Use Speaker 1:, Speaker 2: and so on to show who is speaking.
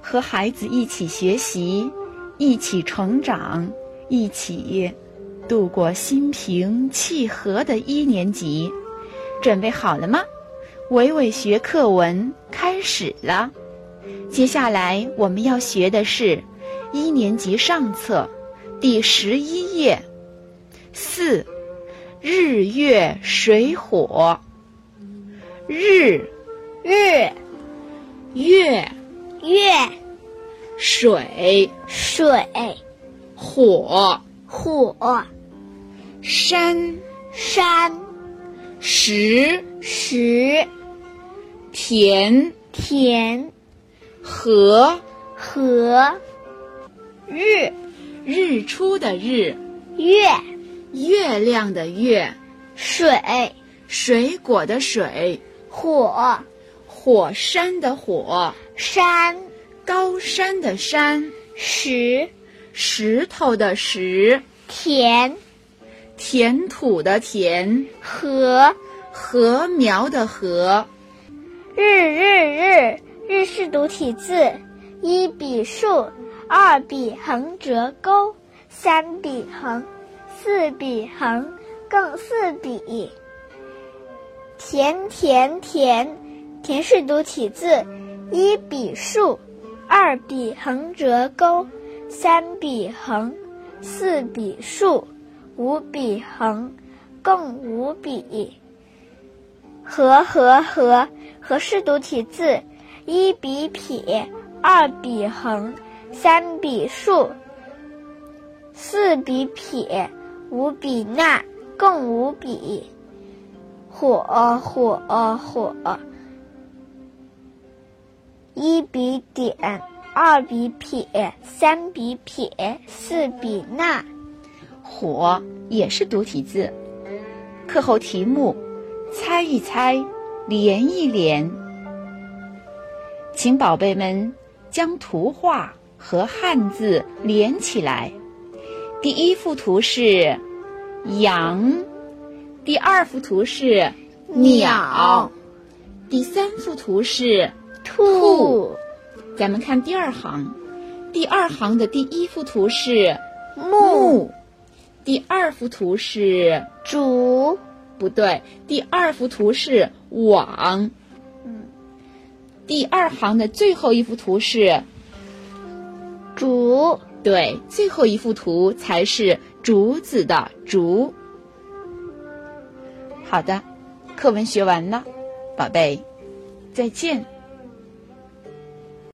Speaker 1: 和孩子一起学习，一起成长，一起度过心平气和的一年级。准备好了吗？伟伟学课文开始了。接下来我们要学的是一年级上册第十一页四日月水火日
Speaker 2: 日、
Speaker 1: 月
Speaker 2: 月、
Speaker 1: 水
Speaker 2: 水、
Speaker 1: 火
Speaker 2: 火、
Speaker 1: 山
Speaker 2: 山、
Speaker 1: 石
Speaker 2: 石、
Speaker 1: 田
Speaker 2: 田、
Speaker 1: 河
Speaker 2: 河、日、
Speaker 1: 日出的日
Speaker 2: 月、
Speaker 1: 月亮的月
Speaker 2: 水、
Speaker 1: 水果的水
Speaker 2: 火、
Speaker 1: 火山的火
Speaker 2: 山、
Speaker 1: 高山的山
Speaker 2: 石、
Speaker 1: 石头的石
Speaker 2: 田、
Speaker 1: 田土的田
Speaker 2: 河。
Speaker 1: 禾苗的禾
Speaker 2: 日日日日是独体字，一笔竖，二笔横折钩，三笔横，四笔横，更四笔。田田田田是独体字，一笔竖，二笔横折钩，三笔横，四笔竖，五笔横，共五笔。和和和和是独体字，一笔撇，二笔横，三笔竖，四笔撇，五笔捺，共五笔。火火火，一笔点，二笔撇，三笔撇，四笔捺。
Speaker 1: 火也是独体字。课后题目：猜一猜，连一连。请宝贝们将图画和汉字连起来。第一幅图是羊，第二幅图是鸟，第三幅图是兔
Speaker 2: 兔
Speaker 1: 咱们看第二行，第二行的第一幅图是
Speaker 2: 木，
Speaker 1: 第二幅图是
Speaker 2: 竹
Speaker 1: 不对，第二幅图是网。
Speaker 2: 嗯，
Speaker 1: 第二行的最后一幅图是
Speaker 2: 竹。
Speaker 1: 对，最后一幅图才是竹子的竹。好的，课文学完了，宝贝，再见。